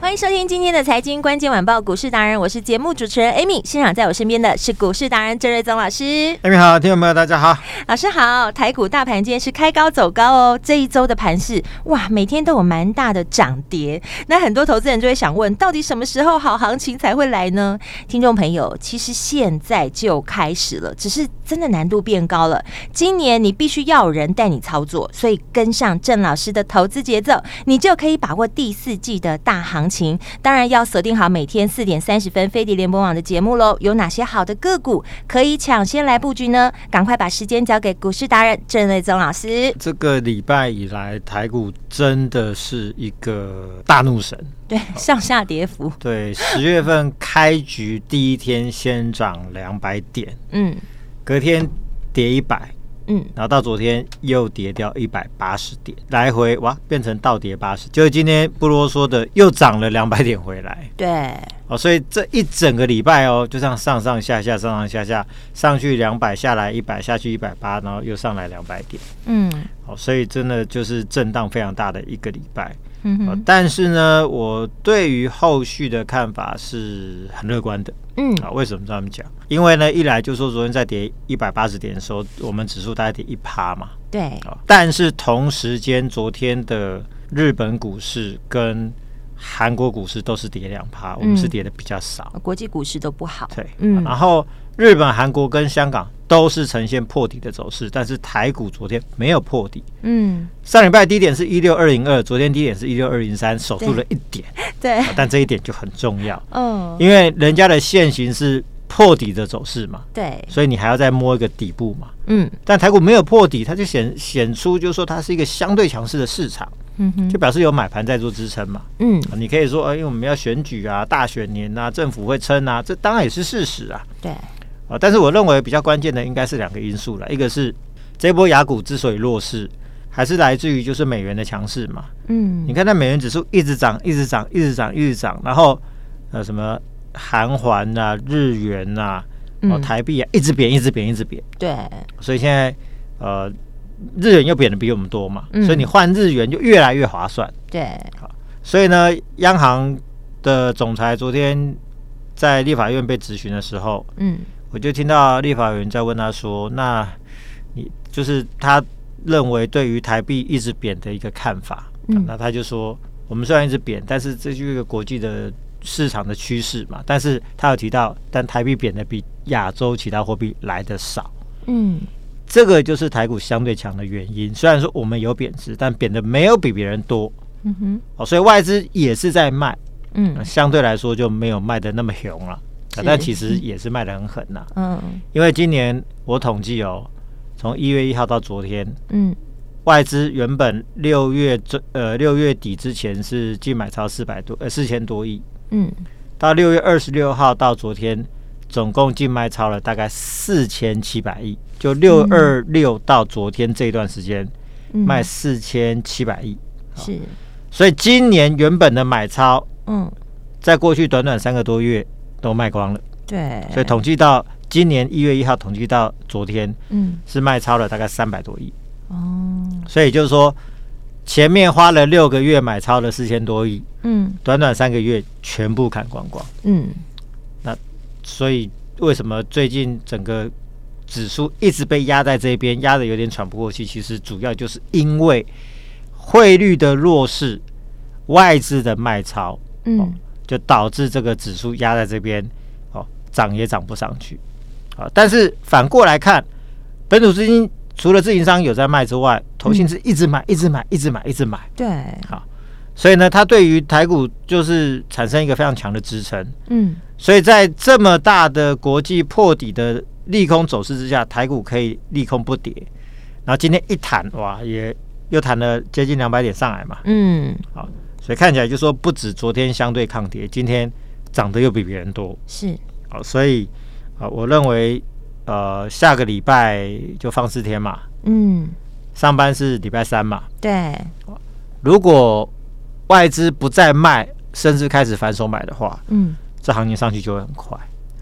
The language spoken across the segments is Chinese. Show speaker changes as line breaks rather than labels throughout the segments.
欢迎收听今天的财经关键晚报股市达人，我是节目主持人 Amy。现场在我身边的是股市达人郑瑞宗老师，
艾米好，听众朋友大家好。
老师好。台股大盘今天是开高走高哦，这一周的盘势哇，每天都有蛮大的涨跌。那很多投资人就会想问，到底什么时候好行情才会来呢？听众朋友，其实现在就开始了，只是真的难度变高了。今年你必须要有人带你操作，所以跟上郑老师的投资节奏，你就可以把握第四季的大行情。当然要锁定好每天四点三十分飞碟联播网的节目喽。有哪些好的个股可以抢先来布局呢？赶快把时间交给股市达人郑瑞宗老师。
这个礼拜以来，台股真的是一个大怒神。
对，上下跌幅，
对，十月份开局第一天先涨两百点，
嗯
隔天跌一百，
嗯，
然后到昨天又跌掉一百八十点，来回哇变成倒跌八十，就是今天不啰嗦的又涨了两百点回来。
对，
哦，所以这一整个礼拜哦，就这样上上下下，上上下下，上去两百，下来一百，下去一百八，然后又上来两百点。
嗯
哦，所以真的就是震荡非常大的一个礼拜。
嗯
哦
哼，
但是呢，我对于后续的看法是很乐观的。
嗯
啊、为什么这么讲？因为呢，一来就说昨天在跌一百八十点的时候，我们指数大概跌一趴嘛。
对，
啊、但是同时间，昨天的日本股市跟韩国股市都是跌两趴，我们是跌的比较少。
国际股市都不好，
对，
嗯
然后日本、韩国跟香港都是呈现破底的走势，但是台股昨天没有破底，
嗯，
上礼拜低点是一六二零二，昨天低点是一六二零三，守住了一点，啊
对，
但这一点就很重要，
嗯，
因为人家的现行是破底的走势嘛，
对，
所以你还要再摸一个底部嘛。
嗯
但台股没有破底，它就显显出就是说它是一个相对强势的市场，
嗯哼，
就表示有买盘在做支撑嘛。
嗯，
你可以说，呃，因为我们要选举啊，大选年啊，政府会撑啊，这当然也是事实啊。
对，
啊，但是我认为比较关键的应该是两个因素了，一个是这波雅股之所以弱势，还是来自于就是美元的强势嘛。
嗯
你看那美元指数一直涨，一直涨，一直涨，一直涨，然后呃什么韩环啊、日元啊、哦
嗯
台币啊，一直贬，一直贬，一直贬，
对，
所以现在呃日元又贬的比我们多嘛，
嗯
所以你换日元就越来越划算。
对，
所以呢，央行的总裁昨天在立法院被质询的时候，
嗯
我就听到立法委员在问他说：“那你就是他认为对于台币一直贬的一个看法。
嗯
那他就说：“我们虽然一直贬，但是这就是一个国际的市场的趋势嘛。但是他有提到，但台币贬的比亚洲其他货币来的少，
嗯，
这个就是台股相对强的原因。虽然说我们有贬值，但贬的没有比别人多
嗯哼，
哦，所以外资也是在卖，那
嗯
相对来说就没有卖的那么凶了、
是
啊。但其实也是卖的很狠呐、
嗯
因为今年我统计哦，从一月一号到昨天，
嗯，
外资原本六月这呃六月底之前是净买超四百多呃四千多亿，
嗯，
到六月二十六号到昨天，总共净卖超了大概四千七百亿，就六二六到昨天这一段时间、
嗯
卖四千七百亿，
是，
所以今年原本的买超
嗯，
在过去短短三个多月都卖光了，
对，
所以统计到今年一月一号统计到昨天
嗯
是卖超了大概三百多亿。
哦，
所以就是说，前面花了六个月买超了四千多亿，
嗯
短短三个月全部砍光光。
嗯
所以为什么最近整个指数一直被压在这边，压的有点喘不过气？其实主要就是因为汇率的弱势，外资的卖超，
嗯
就导致这个指数压在这边，哦，涨也涨不上去。啊，但是反过来看，本土资金除了自营商有在卖之外，投信是一直买，一直买，一直买，一直买。
对，
所以呢，它对于台股就是产生一个非常强的支撑。
嗯，
所以在这么大的国际破底的利空走势之下，台股可以利空不跌。然后今天一弹，哇，也又弹了接近两百点上来嘛，
嗯，
所以看起来就说不止昨天相对抗跌，今天涨得又比别人多。
是，
好、所以啊、我认为呃，下个礼拜就放四天嘛，
嗯，
上班是礼拜三嘛。
对，
如果外资不再卖，甚至开始反手买的话，
嗯，
这行情上去就会很快。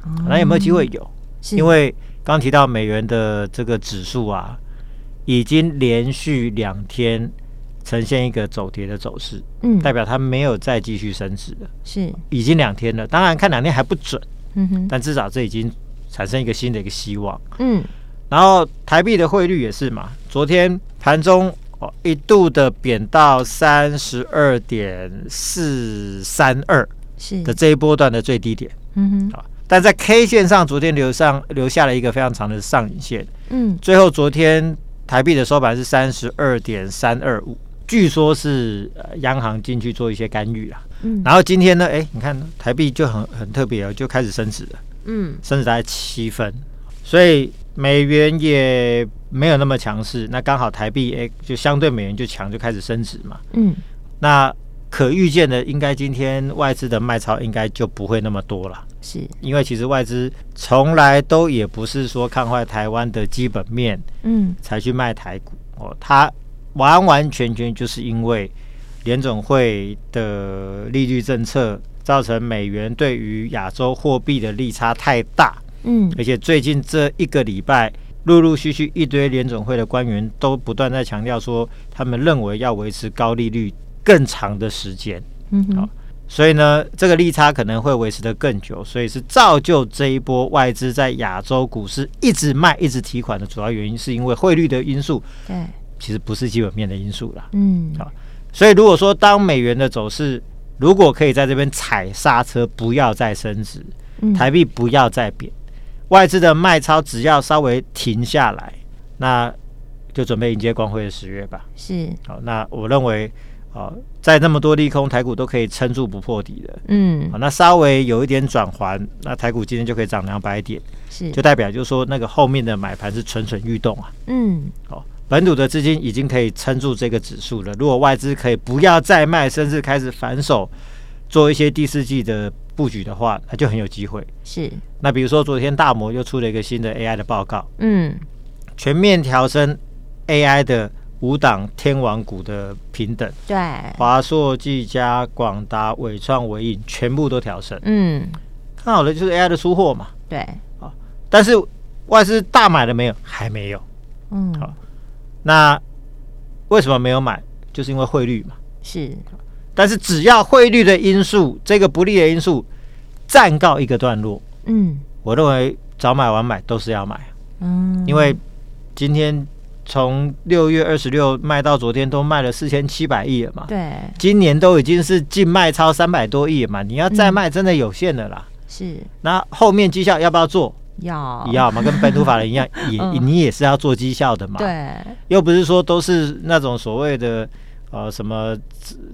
哦
那有没有机会有？
是
因为刚提到美元的这个指数啊，已经连续两天呈现一个走跌的走势，
嗯
代表它没有再继续升值了，
是，
已经两天了。当然看两天还不准，
嗯哼，
但至少这已经产生一个新的一个希望。
嗯，
然后台币的汇率也是嘛，昨天盘中哦一度的贬到三十二点四三二
是
的，这一波段的最低点。
嗯哼，
啊，但在 K 线上昨天留上留下了一个非常长的上影线，
嗯，
最后昨天台币的收盘是三十二点三二五，据说是、呃、央行进去做一些干预啦。
嗯
然后今天呢，哎，你看台币就很很特别哦，就开始升值了，
嗯，
升值大概七分，所以美元也没有那么强势，那刚好台币哎就相对美元就强，就开始升值嘛。
嗯，
那可预见的，应该今天外资的卖超应该就不会那么多了。
是，
因为其实外资从来都也不是说看坏台湾的基本面
嗯，
才去卖台股哦，它完完全全就是因为联总会的利率政策造成美元对于亚洲货币的利差太大，
嗯，
而且最近这一个礼拜。陆陆续续一堆联总会的官员都不断在强调说，他们认为要维持高利率更长的时间。
嗯哼
好，所以呢，这个利差可能会维持的更久，所以是造就这一波外资在亚洲股市一直卖、一直提款的主要原因，是因为汇率的因素，
对，
其实不是基本面的因素啦。
嗯，
好所以如果说当美元的走势如果可以在这边踩刹车，不要再升值，
嗯
台币不要再贬，外资的卖超只要稍微停下来，那就准备迎接光辉的十月吧。
是，
好，那我认为，啊，在那么多利空，台股都可以撑住不破底的。
嗯
好，，那稍微有一点转环，那台股今天就可以涨两百点，
是
就，代表就是说那个后面的买盘是蠢蠢欲动啊。
嗯，
哦，本土的资金已经可以撑住这个指数了。如果外资可以不要再卖，甚至开始反手做一些第四季的布局的话，那就很有机会。
是，
那比如说昨天大摩又出了一个新的 AI 的报告，
嗯，
全面调升 AI 的五档天王股的平等，
对，
华硕、技嘉、广达、伟创、伟影全部都调升。
嗯，
看好的就是 AI 的出货嘛。
对，
但是外资大买了没有？还没有。
嗯，
好那为什么没有买？就是因为汇率嘛。
是，
但是只要汇率的因素，这个不利的因素暂告一个段落，
嗯，
我认为早买晚买都是要买，
嗯，
因为今天从六月二十六卖到昨天都卖了四千七百亿了嘛。
对，
今年都已经是净卖超三百多亿了嘛，你要再
嗯
卖真的有限的啦。
是
那后面绩效要不要做？
要
要嘛，跟本土法 人一样，也、
哦嗯
你也是要做绩效的嘛。
对，
又不是说都是那种所谓的呃什么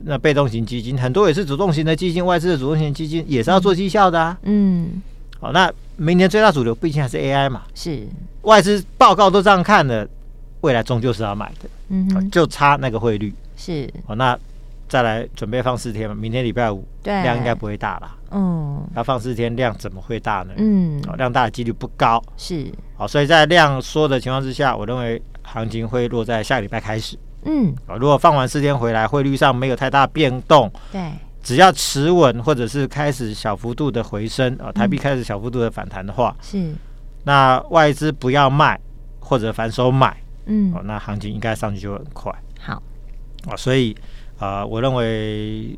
那被动型基金，很多也是主动型的基金，外资的主动型基金也是要做绩效的啊。
嗯，
好、那明年最大主流毕竟还是 AI 嘛，
是，
外资报告都这样看了，未来终究是要买的，
嗯
好
哼，
就差那个汇率。
是
好、那再来准备放四天嘛，明天礼拜五
对，
量应该，不会大啦，
嗯
要放四天量怎么会大呢？
嗯，
好量大的几率不高。
是，
好、所以在量缩的情况之下，我认为行情会落在下礼拜开始。
嗯，
啊，如果放完四天回来，汇率上没有太大变动，
对，
只要持稳或者是开始小幅度的回升啊，台币开始小幅度的反弹的话，
是，
那外资不要卖或者反手买
嗯
哦，，那行情应该上去就很快
好，
啊。所以啊、呃我认为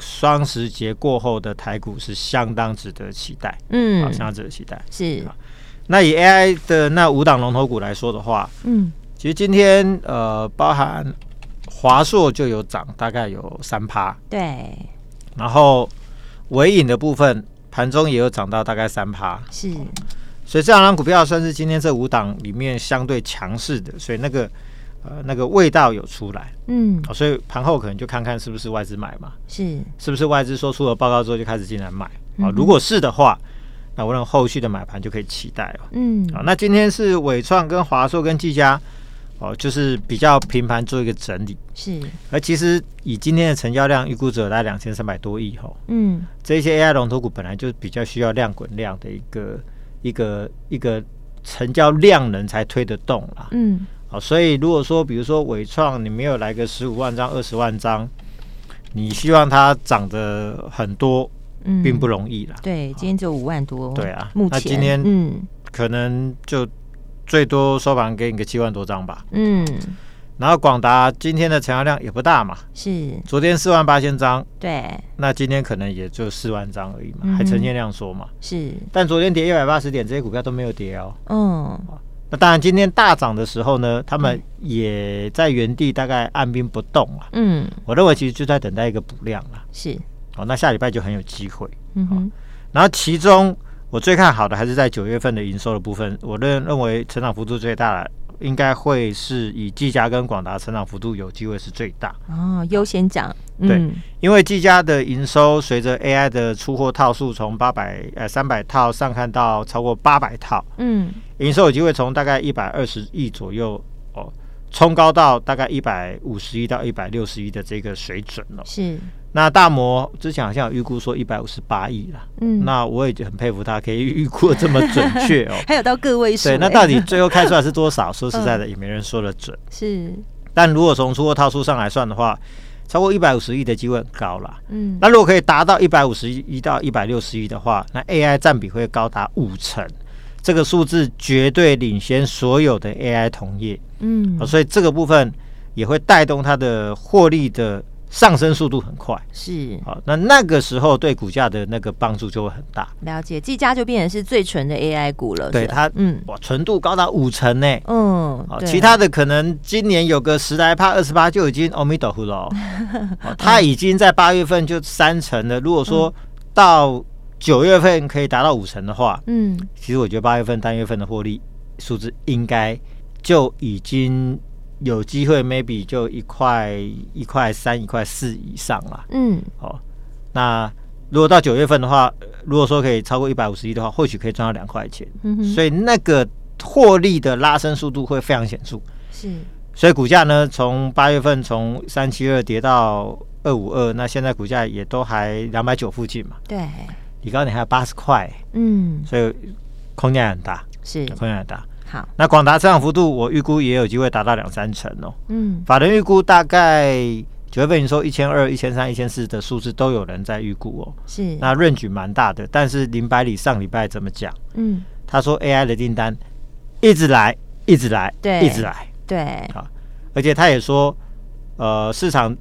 双十节过后的台股是相当值得期待啊，
嗯
相，当值得期待。
是，
那以 AI 的那五档龙头股来说的话，
嗯，
其实今天呃，包含华硕就有涨，大概有三趴。
对，
然后尾影的部分盘中也有涨到大概三趴，
是，
所以这两档股票算是今天这五档里面相对强势的，所以那个呃那个味道有出来、
嗯，
哦所以盘后可能就看看是不是外资买嘛，
是，
是不是外资说出了报告之后就开始进来买啊、
嗯
如果是的话，那我认为后续的买盘就可以期待了。
嗯，
啊，那今天是伟创跟华硕跟技嘉，哦，就是比较平盘做一个整理。
是，
而其实以今天的成交量，预估只有大概两千三百多亿吼、
嗯，
这一些 AI 龙头股本来就比较需要量滚量的一个一个一个成交量能才推得动啦。
嗯，
好、所以如果说比如说伟创你没有来个十五万张、二十万张，你希望它涨得很多，
嗯，
并不容易啦。
对，今天只有五万多，
对啊
目
那
前，
今天
嗯
可能就最多收盘给你个七万多张吧。
嗯，
然后广达今天的成交量也不大嘛，
是，
昨天四万八千张，
对，
那今天可能也就四万张而已
嗯
嘛，
哼
还呈现量缩嘛。
是，
但昨天跌一百八十点，这些股票都没有跌哦。
嗯，
那当然，今天大涨的时候呢，他们也在原地大概按兵不动啊。
嗯，
我认为其实就在等待一个补量了。
是，
哦，那下礼拜就很有机会。
嗯哼，
然后其中我最看好的还是在九月份的营收的部分，我认认为成长幅度最大的应该会是以技嘉跟广达成长幅度有机会是最大，
哦，优先涨，
对
嗯，
因为技嘉的营收随着 AI 的出货套数从八百呃三百套上看到超过八百套，
嗯，
营收有机会从大概一百二十亿左右哦。冲高到大概一百五十亿到一百六十亿的这个水准哦。
是，
那大摩之前好像有预估说一百五十八亿啦，
嗯，
那我也很佩服他可以预估得这么准确哦。
还有到个位数欸，
对，那到底最后开出来是多少？说实在的，也没人说得准。
是，
但如果从出货套数上来算的话，超过一百五十亿的机会很高啦。
嗯，
那如果可以达到一百五十亿到一百六十亿的话，那 AI 占比会高达五成，这个数字绝对领先所有的 AI 同业、
嗯
哦，所以这个部分也会带动它的获利的上升速度很快。
是
好、那那个时候对股价的那个帮助就会很大。
了解，技嘉就变成是最纯的 AI 股了，
对
是吧
它，
嗯
哇，纯度高达五成呢、
嗯
好，，
对
其他的可能今年有个十来趴、二十趴就已经阿弥陀佛 了哦。哦它已经在八月份就三成了。如果说
嗯
到九月份可以达到五成的话，
嗯
其实我觉得八月份、单月份的获利数字应该就已经有机会，maybe 就一块、一块三、一块四以上了。
嗯
哦，那如果到九月份的话，呃如果说可以超过一百五十亿的话，或许可以赚到两块钱。
嗯哼，
所以那个获利的拉升速度会非常显著。
是
所以股价呢，从八月份从三七二跌到二五二，那现在股价也都还两百九附近嘛，
对，
你刚刚你还有八十块，
嗯
所以空间很大，
是
空间很大。
好，
那广达增长幅度，我预估也有机会达到两三成哦。
嗯
法人预估大概九月份营收一千二、一千三、一千四的数字都有人在预估哦。
是
那 range 蛮大的，但是林百里上礼拜怎么讲？
嗯
他说 AI 的订单一直来，一直来，
对
一直来。
对，
而且他也说，呃，市场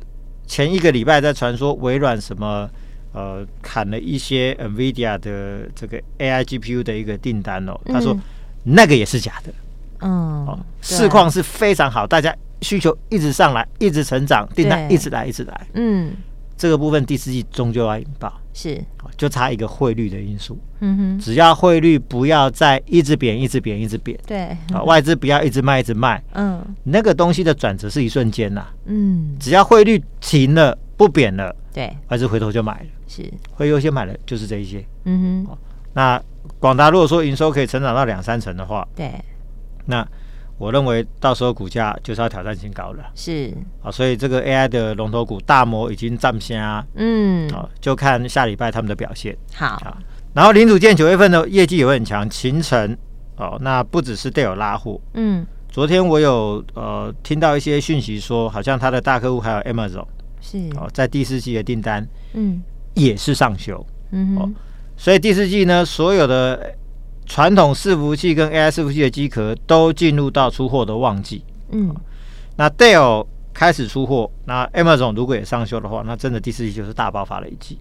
前一个礼拜在传说微软什么呃砍了一些 NVIDIA 的这个 AI GPU 的一个订单哦，他说
嗯
那个也是假的哦
嗯，对
市况是非常好，大家需求一直上来，一直成长，订单
对
一直来，一直来，
嗯
这个部分第四季终究要引爆。
是
哦就差一个汇率的因素，
嗯哼
只要汇率不要再一直贬、一直贬、一直贬，
对，
啊，外资不要一直卖、一直卖，
嗯
那个东西的转折是一瞬间呐、
嗯
只要汇率停了，不贬了，
对
外资回头就买了，
是
会优先买的就是这一些。
嗯哼
那广达如果说营收可以成长到两三成的话，
对
那我认为到时候股价就是要挑战新高了
是
啊。所以这个 AI 的龙头股大摩已经占先啊，
嗯
啊，就看下礼拜他们的表现。
好
然后零组件九月份的业绩也会很强，秦城哦，那不只是队友拉货。
嗯
昨天我有呃听到一些讯息说，好像他的大客户还有 Amazon
是
哦，在第四季的订单
嗯
也是上修，
嗯
哦
哼
所以第四季呢，所有的呃传统伺服器跟 AI 伺服器的机壳都进入到出货的旺季。
嗯
那 Dell 开始出货，那 Amazon 如果也上修的话，那真的第四季就是大爆发了一季。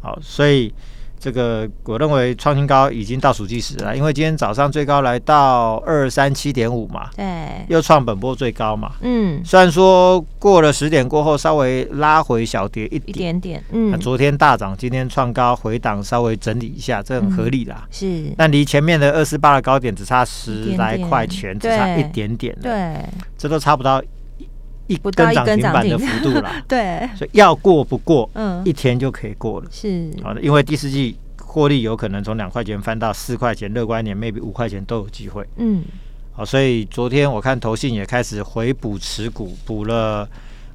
好，所以这个我认为创新高已经倒数计时了，因为今天早上最高来到二三七点五嘛，
对，
又创本波最高嘛。
嗯，
虽然说过了十点过后稍微拉回小跌一
一
点，
点点，
那、
嗯，
昨天大涨，今天创高回档稍微整理一下，这
嗯
很合理啦。
是，
但离前面的二四八的高点只差
一
十
点
来
点
块钱，只差
对
一点点了，
对，
这都差不到一一
不到
根
一
涨
根
停
涨
板的
停
幅度啦。
对，
所以要过不过，
嗯，
一天就可以过了。
是，
好的，因为第四季获利有可能从两块钱翻到四块钱，乐观一点 maybe 五块钱都有机会。
嗯，
好，所以昨天我看投信也开始回补持股，补了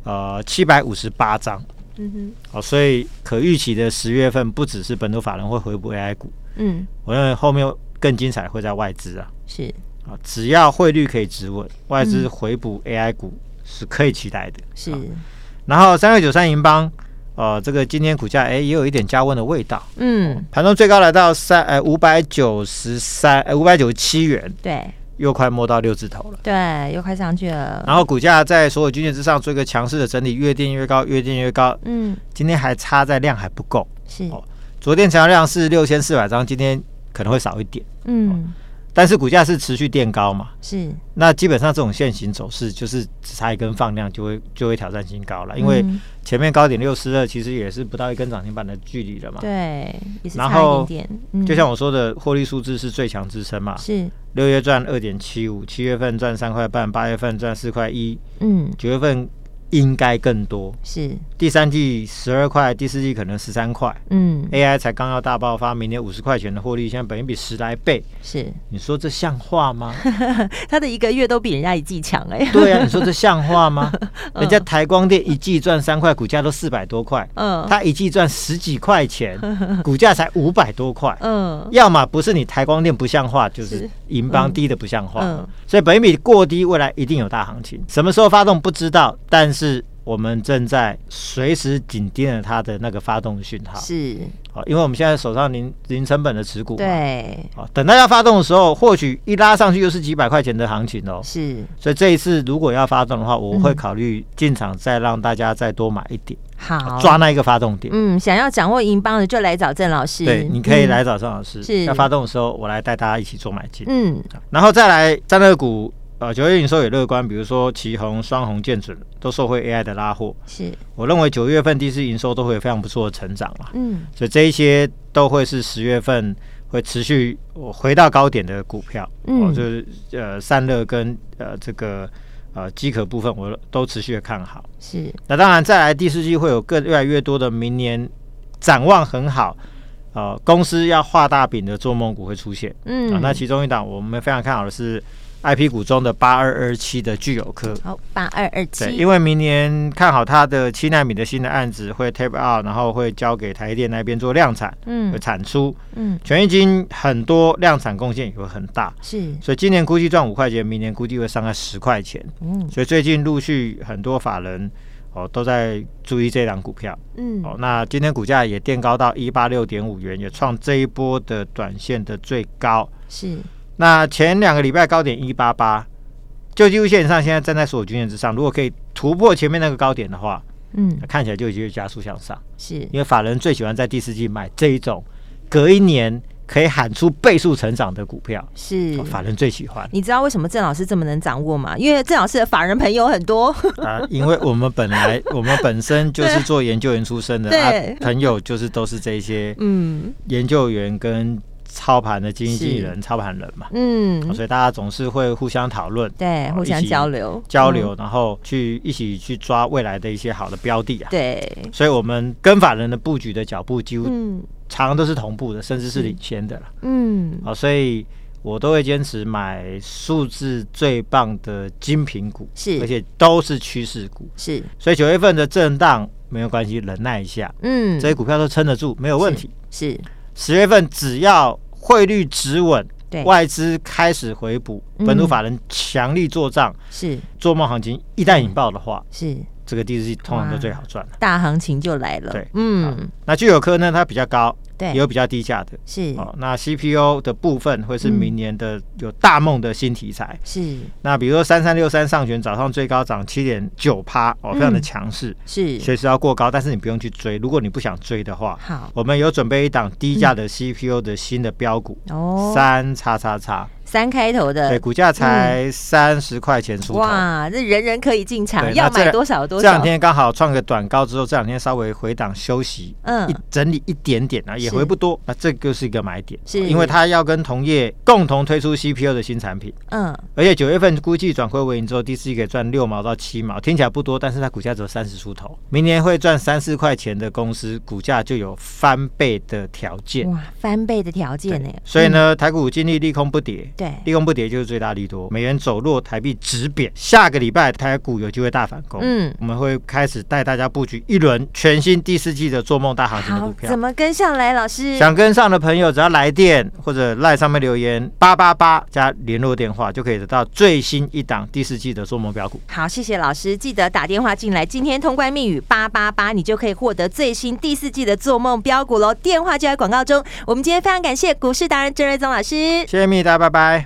呃七百五十八张。
嗯哼，
好，所以可预期的十月份不只是本土法人会回补 AI 股，
嗯，
我认为后面更精彩会在外资啊。
是
啊，只要汇率可以止稳，外资回补 AI 股是可以期待的。
是
啊，然后三六九三银邦，呃，这个今天股价哎也有一点加温的味道，
嗯，
盘中最高来到三呃五百九十三呃五百九十七元，
对
又快摸到六字头了。
对，又快上去了，
然后股价在所有均线之上做一个强势的整理，越垫越高，越垫越高。
嗯，
今天还差在量还不够，
是，
哦昨天成交量是六千四百张，今天可能会少一点，
嗯，
但是股价是持续垫高嘛。
是，
那基本上这种线形走势就是只差一根放量就会就会挑战新高了，因为
嗯
前面高点六四二其实也是不到一根涨停板的距离
啊
了嘛。
对，也是
然
差一
后
点点，嗯
就像我说的，获利数字是最强支撑嘛。
是，
六月赚二点七五，七月份赚三块半，八月份赚四块一，
嗯，
九月份应该更多。
是，
第三季十二块，第四季可能十三块。
嗯，
AI 才刚要大爆发，明年五十块钱的获利，现在本一比十来倍，
是，
你说这像话吗？
他的一个月都比人家一季强哎，
对啊，你说这像话吗？人家台光电一季赚三块，股价都四百多块，
嗯，
他一季赚十几块 钱，股价才五百多块。
嗯，
要么不是你台光电不像话，就是
是
银邦
嗯
低的不像话。
嗯
所以本益比过低，未来一定有大行情。什么时候发动不知道，但是我们正在随时紧盯着它的那个发动讯号。
嗯是，
好，因为我们现在手上零零成本的持股嘛。
对，
好，等大家发动的时候，或许一拉上去又是几百块钱的行情哦。
是，
所以这一次如果要发动的话，我会
嗯
考虑进场再让大家再多买一点，
好，
抓那一个发动点。
嗯，想要掌握银邦的就来找郑老师，
对，你可以
嗯
来，找张老师。
是
要发动的时候，我来带大家一起做买进。啊
嗯，
然后再来战略股，呃，九月营收也乐观，比如说旗宏、双红、建准都受惠 AI 的拉货。
是，
我认为九月份第四营收都会有非常不错的成长嘛，
嗯，
所以这一些都会是十月份会持续呃回到高点的股票。
嗯
哦、就是呃散热跟呃这个呃机壳部分，我都持续的看好。
是，
那当然，再来第四季会有更越来越多的明年展望很好，呃，公司要画大饼的做梦股会出现。啊
嗯，，
那其中一档我们非常看好的是 IP 股中的八二二七的具有科。
好，八二二七，
对，因为明年看好它的七纳米的新的案子会 tape out，然后会交给台积电那边做量产、
嗯
会产出。
嗯，
全益金很多量产贡献也会很大，
是，
所以今年估计赚五块钱，明年估计会上到十块钱。
嗯
所以最近陆续很多法人哦都在注意这档股票
嗯，
哦。那今天股价也垫高到一八六点五元，也创这一波的短线的最高。
是，
那前两个礼拜高点一八八，就技术线上现在站在所有均线之上，如果可以突破前面那个高点的话，
嗯，
看起来就已经加速向上。
是，
因为法人最喜欢在第四季买这一种隔一年可以喊出倍数成长的股票，
是
哦。法人最喜欢
你知道为什么郑老师这么能掌握吗？因为郑老师的法人朋友很多，
啊、因为我们本来我们本身就是做研究员出身的，
啊对
啊，朋友就是都是这些
嗯
研究员跟操盘的经纪
是
人、操盘人嘛、哦
嗯，
所以大家总是会互相讨论。
对，嗯互
一
相
起
交流
交流，，然后去一起去抓未来的一些好的标的
嗯
啊。
对，
所以，我们跟法人的布局的脚步几乎
嗯
常常都是同步的，甚至是领先的了。
嗯，
啊，所以我都会坚持买数字最棒的精品股，
是
而且都是趋势股。
是，
所以九月份的震荡没有关系，忍耐一下，
嗯
这些股票都撑得住，没有问题。
是，
十月份只要汇率止稳
对，
外资开始回补，
嗯
本土法人强力做账，
是
做梦行情一旦引爆的话，
是，嗯
这个第四季通常都最好赚了。
大行情就来了，
对
嗯
那具有科呢，它比较高，
对
也有比较低价的。
是
哦，那 CPU 的部分会是明年的有大梦的新题材。
是
那比如说三三六三上旋，早上最高涨七点九趴，哦，非常的
嗯
强势，
是，嗯
随时要过高，但是你不用去追。如果你不想追的话，
好
我们有准备一档低价的 CPU 的新的标股，
哦，
三叉叉叉，
三开头
对，
的，
股价才三十块钱出头。
嗯哇，这人人可以进场，
对
要
那这
买多少有多
这
少。
两天刚好创个短高之后，这两天稍微回档休息，
嗯
一整理一点点啊，也
是
回不多，那这就是一个买点，
是
因为它要跟同业共同推出 CPU 的新产品，
嗯，
而且九月份估计转亏为盈之后，第四季可以赚六毛到七毛，听起来不多，但是它股价只有三十出头，明年会赚三四块钱的公司，股价就有翻倍的条件，
哇，翻倍的条件哦呢？
所以呢，台股经历利空不跌，
对，
利空不跌就是最大利多，美元走弱，台币直贬，下个礼拜台股有机会大反攻。
嗯
我们会开始带大家布局一轮全新第四季的做梦大行情的股
好，
票
怎。么跟上来，老师？
想跟上的朋友，只要来电或者赖上面留言八八八加联络电话，就可以得到最新一档第四季的做梦标股。
好，谢谢老师，记得打电话进来。今天通关密语八八八，你就可以获得最新第四季的做梦标股喽。电话就在广告中。我们今天非常感谢股市达人郑瑞宗老师。
谢谢蜜大，拜拜。